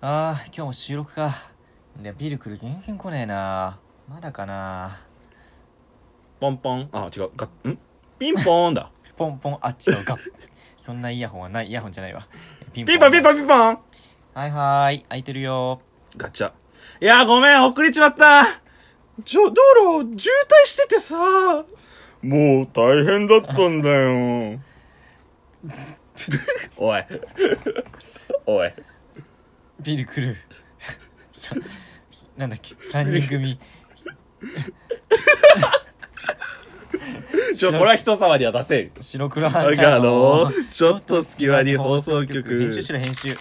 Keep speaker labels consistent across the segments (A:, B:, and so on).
A: あー今日も収録かでビール来る全然来ねえなまだかな
B: ポンポンあ違うがんピンポーンだ
A: ポンポンあっちのガッそんなイヤホンはないイヤホンじゃないわピン
B: ピンポンピンポンピンポン
A: はいはーい空いてるよ
B: ガチャいやーごめん遅れちまったじょ道路渋滞しててさもう大変だったんだよおいおい
A: ビール来る さなんだっけ3人組
B: ちょこれは人様には出せん
A: 白黒ハ
B: な
A: ン
B: ん
A: ター
B: かあのちょっと隙間に放送局
A: 編集しろ編集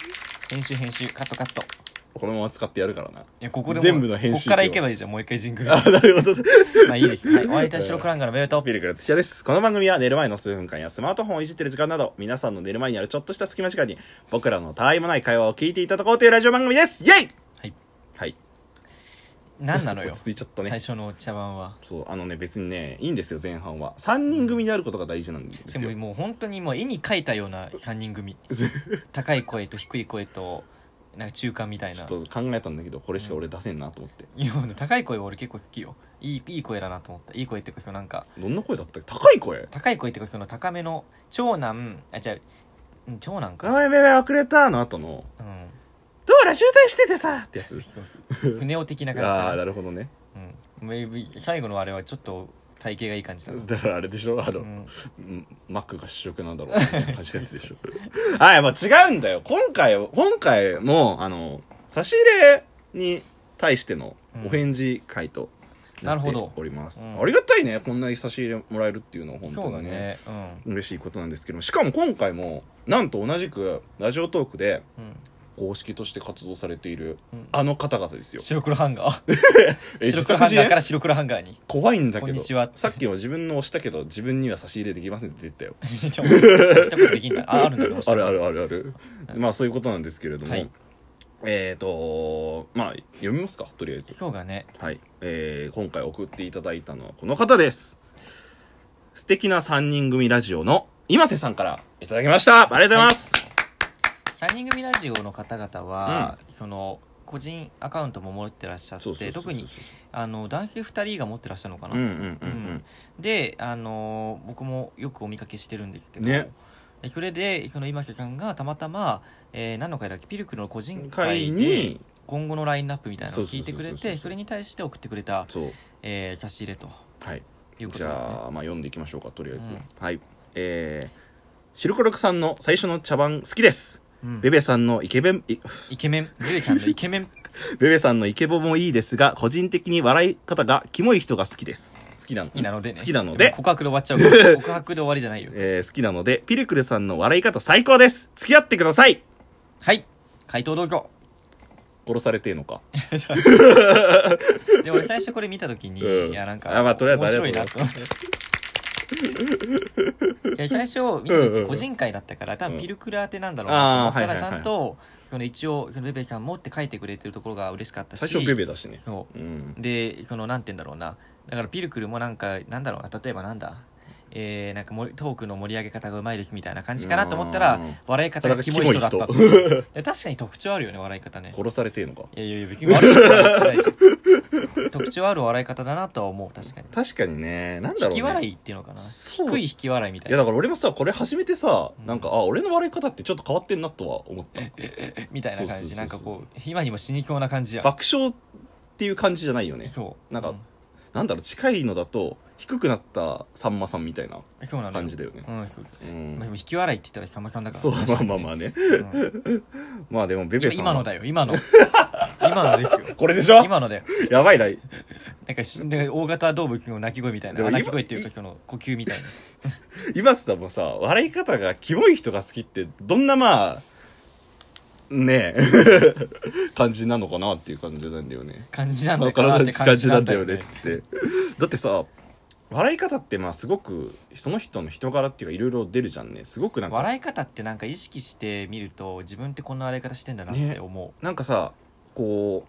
A: 編集編集カットカット
B: このまま使ってやるからない
A: やここでも
B: 全部の編
A: こ
B: 集
A: っから行けばいいじゃんもう一回ジングル
B: あなるほど
A: まあいいです はいお相手は白黒ハンガーのベルト
B: ビルクル土屋です。この番組は寝る前の数分間やスマートフォンをいじってる時間など、皆さんの寝る前にあるちょっとした隙間時間に、僕らのたわいもない会話を聞いていただこうというラジオ番組ですイェイ
A: はい。
B: はい。
A: 何なのよ
B: 落ち着いちゃった
A: 最
B: ね。
A: 初のお茶碗は
B: そう、あのね、別にね、いいんですよ、前半は。3人組であることが大事なんで
A: ですも
B: よ。
A: もう本当にもう絵に描いたような3人 組高い声と低い声となんか中間みたい
B: ちょ
A: な
B: っと考えたんだけど、これしか俺出せんなと思って。
A: 今の高い声は俺結構好きよいいいい声だなと思ったいい声っていうかそのなんか
B: どんな声だったっけ高い声
A: 高い声っていうかその高めの長男あ違ううん長男
B: あー
A: か
B: やべやべ、遅れたの後の、
A: うん
B: どうら渋滞しててさってやつ。
A: そうそうスネ夫的な
B: あ あ、
A: 感
B: なるほどね。
A: じだねうんメイビー最後のあれはちょっと体型がいい感じだな
B: だからあれでしょあ
A: う
B: の、
A: ん
B: うんマックが主食なんだろうみたいな感じのやつでしょはい、まあ違うんだよ。今回、今回も、あの、差し入れに対してのお返事回と
A: うんな
B: な
A: る
B: っ
A: ほど
B: ております。
A: うん
B: ありがたいね、こんなに差し入れもらえるっていうのは本当
A: そうだ
B: にね、
A: ねうん
B: 嬉しいことなんですけども、しかも今回も、なんと同じく、ラジオトークで
A: うん
B: 公式として活動されている、
A: うん
B: あの方々ですよ。
A: 白黒ハンガー
B: え
A: 白黒ハンガーか
B: 自作自演
A: ら白黒ハンガーに
B: 怖いんだけ
A: こん
B: ど、
A: にちは
B: さっきも自分の押したけど、自分には差し入れできませんって言ったよ。
A: ちょしたことできんだああるんだけど
B: あるあるあるあるまあそういうことなんですけれども、
A: はい
B: えっ、とまあ読みますかとりあえず
A: そうだね
B: はい、えー今回送っていただいたのはこの方です素敵な3人組ラジオの今瀬さんからいただきましたありがとうございます、
A: 3人組ラジオの方々は、その個人アカウントも持ってらっしゃ
B: そう
A: っ
B: そう
A: て
B: そうそ
A: 特
B: う
A: にあの男性2人が持ってらっしゃるのかな、
B: うんうんうんうん
A: であの僕もよくお見かけしてるんですけど、
B: ね
A: でそれでその今瀬さんがたまたま、えー何の回だっけピルクルの個人
B: 会
A: 会で
B: に
A: 今後のラインナップみたいなのを聞いてくれ
B: そうそうそうそう
A: て
B: そう
A: それに対して送ってくれた、
B: そう
A: えー差し入れと
B: はい
A: いうこと
B: じ
A: ですね
B: ゃあまあ読んでいきましょうかとりあえず、
A: うん
B: はいえーシルコロクさんの最初の茶番好きです。
A: うん
B: ベベさんのイケベン、い
A: イケメンベベさんのイケメン
B: ベベさんのイケボもいいですが、個人的に笑い方がキモい人が好きです。好きなの
A: 好きなのでね
B: 好きなので、
A: 告白で終わっちゃう から告白で終わりじゃないよ
B: えー好きなので、ピルクルさんの笑い方最高です付き合ってください
A: はい回答どうぞ
B: 殺されてえのか。
A: で俺最初これ見た時に、
B: うん
A: いやなんか
B: あまあとりあえず
A: 面白
B: あり
A: い
B: が
A: な
B: と
A: と思っていや最初見た
B: うんう
A: 時
B: んうん
A: 個人会だったから多分ピルクル宛てなんだろうなと思
B: あー
A: った
B: は
A: ら
B: い
A: ち
B: はいはい
A: ゃんとその一応そのベベさんもって書いてくれてるところが嬉しかったし
B: 最初ベベだしね。
A: そ
B: うん。
A: うでそのなんて言うんだろうなだからピルクルもなんかなんだろうな例えばなんだえー、なんかもりトークの盛り上げ方がうまいですみたいな感じかなと思ったら
B: うん
A: 笑い方
B: た
A: が
B: だ
A: キ
B: キ
A: モ
B: モ
A: い
B: い
A: 人
B: 人
A: だったっていう で確かに特徴あるよね笑い方ね
B: 殺されてえのか。
A: いやいやいや別に悪いことは言ってないし特徴ある笑い方だなとは思う確かに
B: 確かにね、なんだろ
A: 引
B: う、ね。
A: き笑
B: い
A: いっていうのかな
B: そう
A: 低い引き笑いみたい
B: や
A: な
B: だから俺もさ、これ初めてさ
A: う、ん
B: なんか、あ、俺の笑い方ってちょっと変わってんなとは思った。
A: みたいな感
B: そうそうそうそ
A: じ
B: う
A: なんかこう今にも死にそうな感じや
B: 爆笑っていう感じじゃないよね。
A: そう
B: なんかなんだろう、近いのだと、低くなったさんまさんみたいな
A: うんそうなのよ
B: 感じだよね。
A: うんそうそう
B: う
A: まあ、で
B: ん。
A: も引き笑いって言ったらさんまさんだから
B: そう、まあまあまあね。
A: うん
B: まあでも、ベベ
A: 今
B: さん
A: 今
B: は
A: のだよ今 の今のですよ
B: これでしょ
A: 今のだよ
B: やばいな。い
A: なんかしなんか大型動物の鳴き声みたい
B: で
A: な
B: も
A: あ
B: 今
A: 鳴き声っていうかその呼吸みたいな
B: 今さ、もうさ、笑い方がキモい人が好きって、どんなまあ、ねえ、 感じなのかなっていう感じなんだよね。
A: 感じなんだ
B: わ
A: よ
B: からない感じなんだよ
A: 感
B: ね、つって。だってさ、笑い方ってまあすごく、その人の人柄っていうかいろいろ出るじゃんね。すごくなんか、
A: 笑い方ってなんか意識してみると自分ってこんな笑い方してんだなって思う、
B: なんかさ、こ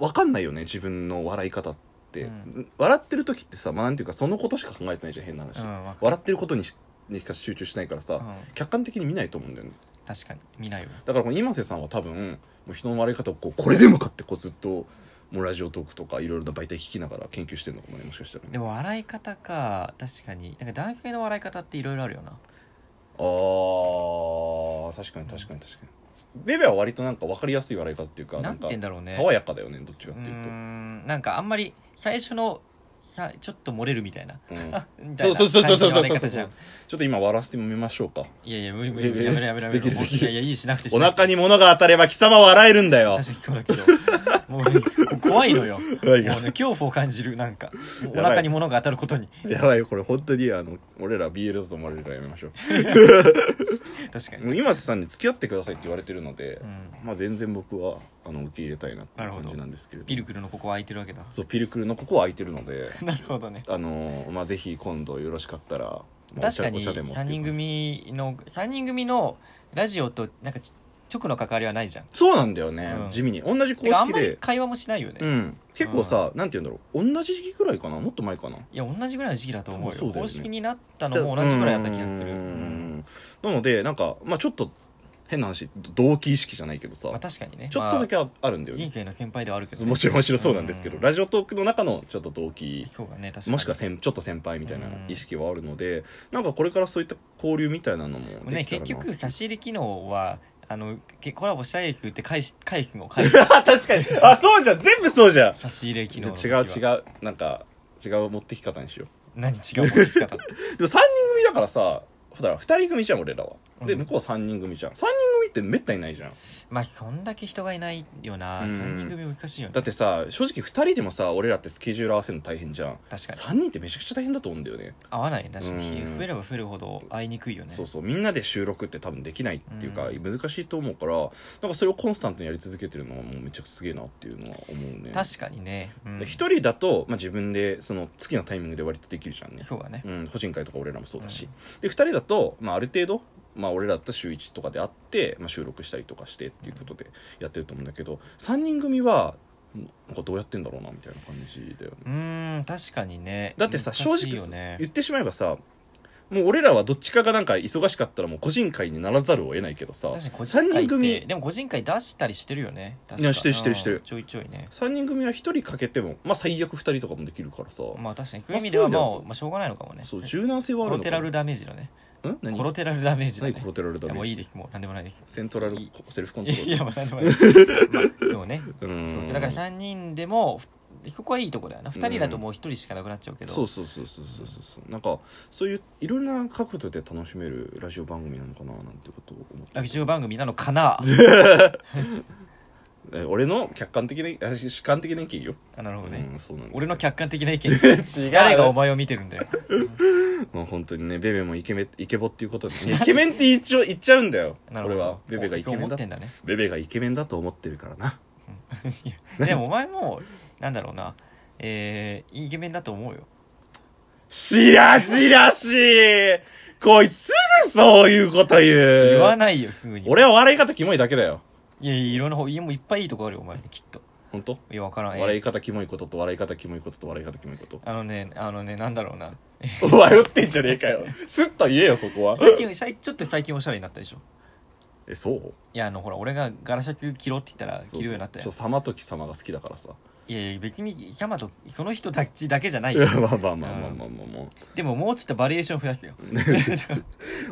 B: う、わかんないよね、自分の笑い方って。
A: うん
B: 笑ってる時ってさ、まあなんていうかそのことしか考えてないじゃん、変な話。
A: うんわかる
B: 笑ってることにしにしか集中しないからさ、
A: うん
B: 客観的に見ないと思うんだよね
A: 確かに見ないよね
B: だからこの今瀬さんは多分もう人の笑い方をこうこれでもかってこうずっともうラジオトークとかいろいろな媒体聞きながら研究してるのかもねもしかしたら、
A: で
B: ね、
A: も笑い方か確かになんか男性の笑い方っていろいろあるよな
B: あー確かに確かに確かにベベは割となんか分かりやすい笑い方っていうか
A: なんて言うんだろうね
B: 爽やかだよねどっちか
A: う
B: っ
A: ー
B: ていうと
A: んなんかあんまり最初のさちょっと漏れるみたいな、
B: うん
A: あみたい
B: そう
A: な
B: そうそうそうそうそ
A: 感
B: う
A: じの笑い方
B: そう
A: じ
B: ち
A: ゃ
B: ょ
A: ん
B: っと今笑わせてみましょうか
A: いやいや無理無理やめろやめろやめろ
B: できるできる
A: いやいやいいしなくてし
B: お
A: なくて
B: 腹に物が当たれば貴様笑えるんだよ
A: 確かにそうだけどもうね怖いのよもう
B: 何
A: ね
B: が
A: 恐怖を感じるなんかもうお
B: やばい
A: 腹に物が当たることに
B: やばいよこれ本当にあの俺ら BL だと思われるからやめましょ
A: 確かに、
B: うもう今瀬さんに付き合ってくださいって言われてるので、
A: うん、
B: まあ全然僕はあの受け入れたいなっていう感じなんですけれども
A: ピルクルのここは空いてるわけだ
B: そうピルクルのここは空いてるので
A: なるほどね
B: あのーまあぜひ今度よろしかったら、まあ
A: 確か
B: お
A: に
B: 茶お茶でもっていう
A: 3人組の三人組のラジオとなんかち直の関わりはないじゃん
B: そうなんだよね、
A: うん
B: 地味に同じ公
A: てかあん
B: 式
A: まり
B: で
A: 会話もしないよね、
B: う
A: い
B: ん結構さ、なんて言うんだろう同じ時期くらいかなもっと前かな
A: や同じぐらいの時期だと思うよ
B: そうだよね
A: 公式になったのも同じぐらいだった気がする
B: う
A: うん
B: んなのでなんかまあちょっと変な話同期意識じゃないけどさ、
A: まあ確かにね
B: ちょっとだ
A: ま
B: けああるん
A: あ
B: だよね
A: 人、生の先輩ではあるけどね、
B: もちろんもちろんそうなんですけど、
A: うん
B: ラジオトークの中のちょっと同期
A: そうだね確かに
B: もしくは先ちょっと先輩みたいな
A: うん
B: 意識はあるので、なんかこれからそういった交流みたいなのもできたらな
A: ね結 局差し入れ機能はあのけコラボしたいですって返し返すの返 す
B: 確かにあそうじゃん全部そうじゃん
A: 差し入れ機能の時
B: 違
A: は
B: う違うなんか違う持ってき方にしよ
A: 何違う持ってき方って
B: うでも3人組だからさほら2人組じゃん俺らはで
A: うん
B: 向こう3人組じゃん3人組ってめったにないじゃん
A: まあそんだけ人がいないよな、
B: うん
A: 3人組難しいよね
B: だってさ正直2人でもさ俺らってスケジュール合わせるの大変じゃん
A: 確かに
B: 3人ってめちゃくちゃ大変だと思うんだよね
A: 合わないね確かに、
B: うん
A: 増えれば増えるほど会いにくいよね
B: そうそうみんなで収録って多分できないっていうか、
A: うん
B: 難しいと思うからなんかそれをコンスタントにやり続けてるのはもうめちゃくちゃすげえなっていうのは思うね
A: 確かにね、うん
B: で一人だと、まあ、自分でその好きなタイミングで割とできるじゃんね
A: そうだね
B: うん、個人会とか俺らもそうだし、で2人だと、まあ、ある程度、まあ、俺らだったら週1とかで会って、まあ、収録したりとかしてっていうことでやってると思うんだけど3人組はなんかどうやってんだろうなみたいな感じだよね
A: うーん確かにね
B: だってさ正
A: 難しい
B: 直
A: よね
B: 言ってしまえばさもう俺らはどっちかがなんか忙しかったらもう個人会にならざるを得ないけどさ
A: 確かに個
B: 3
A: 人会
B: 人
A: って
B: 組
A: でも個人会出したりしてるよね確
B: いやしてるしてるしてる
A: うんちょいちょいね
B: 3人組は1人かけても、まあ、最悪2人とかもできるからさ、
A: まあ確かにそういう意味では
B: まあ
A: もう、まあ、しょうがないのかもね
B: そう柔軟性は
A: コ
B: ある
A: ロ
B: の
A: テ
B: か
A: ラ
B: な
A: ルダメージだね
B: ん何
A: コロテラルダメージだ
B: 何
A: ね
B: コロテラルダ
A: いや
B: メ
A: もうい
B: ー
A: い
B: ジ
A: ですもう何でもないです
B: セントラル
A: い
B: セルフコントロ
A: い
B: ー
A: や
B: ル
A: まあ何でもないです、まあ、そうね
B: うーん
A: そうそうだから3人でもそこはいいとこだよな2人だともう1人しかなくなっちゃうけど、
B: そうそうそうそうそうそうそうなんかそういういろんな角度で楽しめるラジオ番組なのかななんてことを思って
A: ラジオ番組なのかな
B: え俺の客観的なあ主観的な意見よ、
A: あなるほどね、
B: うんそうなんです
A: 俺の客観的な意見
B: 違う
A: 誰がお前を見てるんだよ
B: まあ本当にねベベもイケメンイケボっていうことで、 ね、イケメンって一応言っちゃうんだよ
A: なるほ
B: 俺
A: ど
B: はベベがイケメン
A: そう思
B: だ
A: ってんだね
B: ベベがイケメンだと思ってるからな
A: いやでもお前もなんだろうなえー、イケメンだと思うよ
B: しらじらしいこいつすぐそういうこと言う
A: 言わないよすぐに
B: 俺は笑い方キモいだけだよ
A: いやいやいろんな方いやもういっぱいいいとこあるよお前きっと
B: 本当
A: いやわからん
B: 笑い方キモいことと笑い方キモいことと笑い方キモいこと
A: あのねあのねなんだろうな
B: 笑ってんじゃねえかよすっと言えよそこは
A: 最近最ちょっと最近おしゃれになったでしょ
B: えそう
A: いやあのほら俺がガラシャツ着ろって言ったら着るようになった
B: そ
A: よ
B: うそうちょっと様時様が好きだからさ
A: いやいや別にサマとその人たちだけじゃない
B: い
A: よ
B: や まあまあまあまあまあまあまあ
A: でももうちょっとバリエーション増やすよ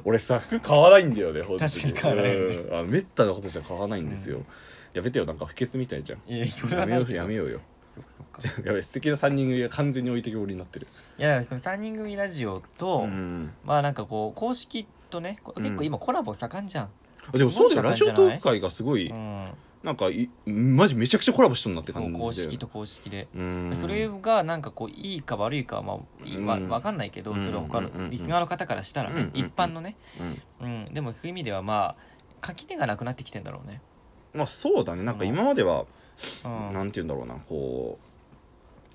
B: 俺さ服買わないんだよね本当
A: 確かに買わないよね
B: うんあめったなことじゃ買わないんですよ、
A: う
B: やめてよなんか不潔みたいじゃん
A: いやそれ
B: や
A: は
B: め
A: な
B: よ
A: いう
B: やめ
A: よ
B: ようよ
A: そっかそっか
B: やべ素敵な3人組が完全に置いてきぼりになってる
A: いやその3人組ラジオと、
B: うん
A: まあなんかこう公式とねこ
B: うん
A: 結構今コラボ盛んじゃん、
B: あでもそうだ
A: そ
B: よ
A: んな
B: ラ
A: 感
B: ジ
A: じ
B: オ
A: じゃない
B: トーク会がすごい、
A: うん
B: なんかいマジめちゃくちゃコラボしとんなって
A: そ
B: 感じ
A: う
B: だよね
A: 公式と公式で、
B: うん
A: それがなんかこういいか悪いかはまあいいわ
B: うん
A: わかんないけどそれは他の
B: うんうんうんうん
A: リスナーの方からしたらね、
B: うんうんうん
A: 一般のね、
B: うん
A: うん、でもそういう意味ではまあ垣根がなくなってきてんだろうね、
B: まあそうだねなんか
A: その
B: 今までは
A: うん、
B: なんて言うんだろうなこ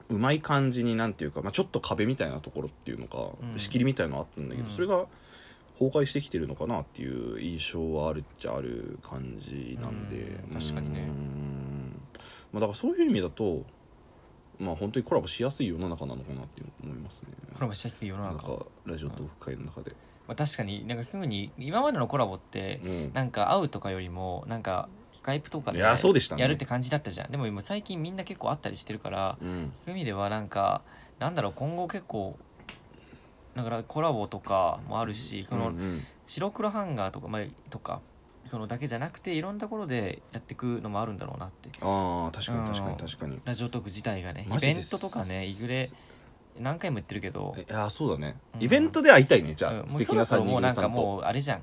B: ううまい感じになんていうか、まあ、ちょっと壁みたいなところっていうのか、
A: うん
B: 仕切りみたいなのあったんだけど、
A: うん
B: それが崩壊してきてるのかなっていう印象はあるっちゃある感じなんで、
A: うん確かにね
B: うんまあ、だからそういう意味だとまあ本当にコラボしやすい世の中なのかなって思いますね
A: コラボしやすい世の
B: なん
A: 中
B: かラジオトーク会の中で
A: まあ、確かになんかすぐに今までのコラボって
B: うん
A: なんか会うとかよりもなんかスカイプとか
B: いやそうでしたね
A: やるって感じだったじゃんでも今最近みんな結構会ったりしてるから
B: うん
A: そういう意味ではなんかなんだろう今後結構だからコラボとかもあるしその
B: うんうん
A: 白黒ハンガーとか,、まあ、とかそのだけじゃなくていろんなところでやっていくのもあるんだろうなって
B: ああ確かに
A: うん
B: 確かに確かに
A: ラジオトーク自体がねイ
B: マジ
A: ベ
B: で
A: ントとかねいずれ何回も言ってるけど
B: いやそうだね
A: うん
B: イベントで会いたいねじ
A: う
B: ゃ
A: ん
B: あ
A: も
B: 素
A: うそ
B: 敵
A: ろ
B: な
A: そろ
B: 3
A: もう
B: 人
A: なん
B: 組
A: か
B: さんと
A: もうあれじゃん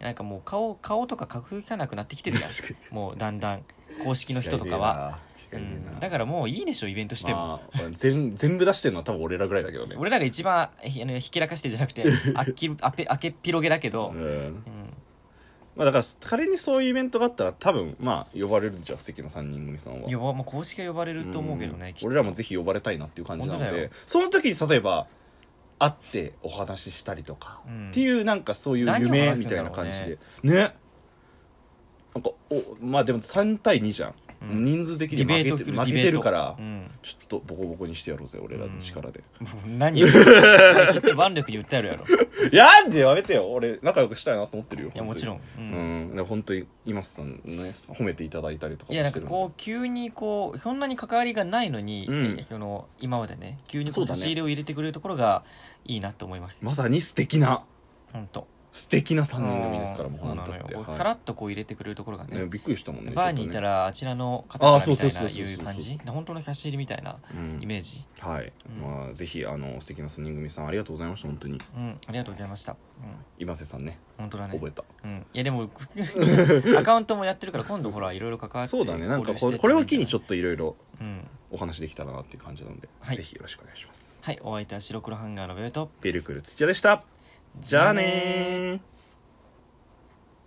A: なんかもう顔顔とか隠さなくなってきてるやん
B: 確かに
A: もうだんだん公式の人とかは、
B: 違いねえな違いね
A: う
B: え
A: ん
B: な
A: だからもういいでしょイベントしても、
B: まあ全全部出してるのは多分俺らぐらいだけどね
A: 俺らが一番ひあのひけらかしてじゃな くてあっきあっぺあけっぴろげだけど、
B: うん
A: うん
B: まあ、だから仮にそういうイベントがあったら多分まあ呼ばれるんじゃん素敵な3人組さんは
A: 呼ばもう公式が呼ばれると思うけどね、
B: ん
A: きっと
B: 俺らもぜひ呼ばれたいなっていう感じなの
A: 本当だよ
B: でその時に例えば会ってお話ししたりとか、
A: うん
B: っていうなんかそういう
A: 何を
B: 夢
A: 話
B: み
A: すん
B: た
A: だろ
B: いな
A: うね
B: 感じでねなんかおまあでも3対2じゃん、
A: うん
B: 人数的
A: デ
B: に
A: ィベ
B: 負け
A: ー
B: て
A: トする
B: 負け
A: ディベー
B: て
A: ト
B: るから、
A: うん
B: ちょっとボコボコにしてやろうぜ俺らの力で、
A: もう 何を腕力に訴えるや ろい
B: いやんでやめてよ俺仲良くしたいなと思ってるよ
A: やもちろ
B: ん
A: ん、うん
B: うん、で本当に今さんね褒めていただいたりとか
A: い
B: も
A: やなん
B: して
A: か
B: る
A: こう急にこうそんなに関わりがないのに、
B: うん
A: えその今までね急にこ
B: そう
A: う
B: だね
A: 差し入れを入れてくれるところがいいなと思います
B: まさに素敵な
A: 本当
B: 素敵な3人組ですからもう
A: そう
B: 本
A: な
B: 当
A: の
B: っ
A: よ
B: て、
A: こう
B: はい
A: さらっとこう入れてくれるところがね
B: ね、びっくりしたもんね
A: バーにいた
B: ら、
A: らあちらの方
B: あ
A: か
B: ー
A: ら
B: そう
A: み
B: そ
A: た
B: う
A: い
B: そ
A: な
B: うそうそう
A: いう感じ本当の差し入れみたいな
B: うん
A: イメージ
B: はい、
A: うん
B: まあぜひあの素敵な3人組さんありがとうございました本当に
A: うんありがとうございましたうん
B: 今瀬さんね
A: 本当だね
B: 覚えた、
A: うんいやでも アカウントもやって るから今度ほらいろいろ関わって
B: そうだねなん
A: 交
B: か
A: 流して
B: こ
A: って
B: れこれを機にちょっといろいろ
A: うん
B: お話できたらなっていう感じなので、
A: はい
B: ぜひよろしくお願いします
A: はいお相手は白黒ハンガーのベルト
B: ベルクル土屋でしたじゃあねー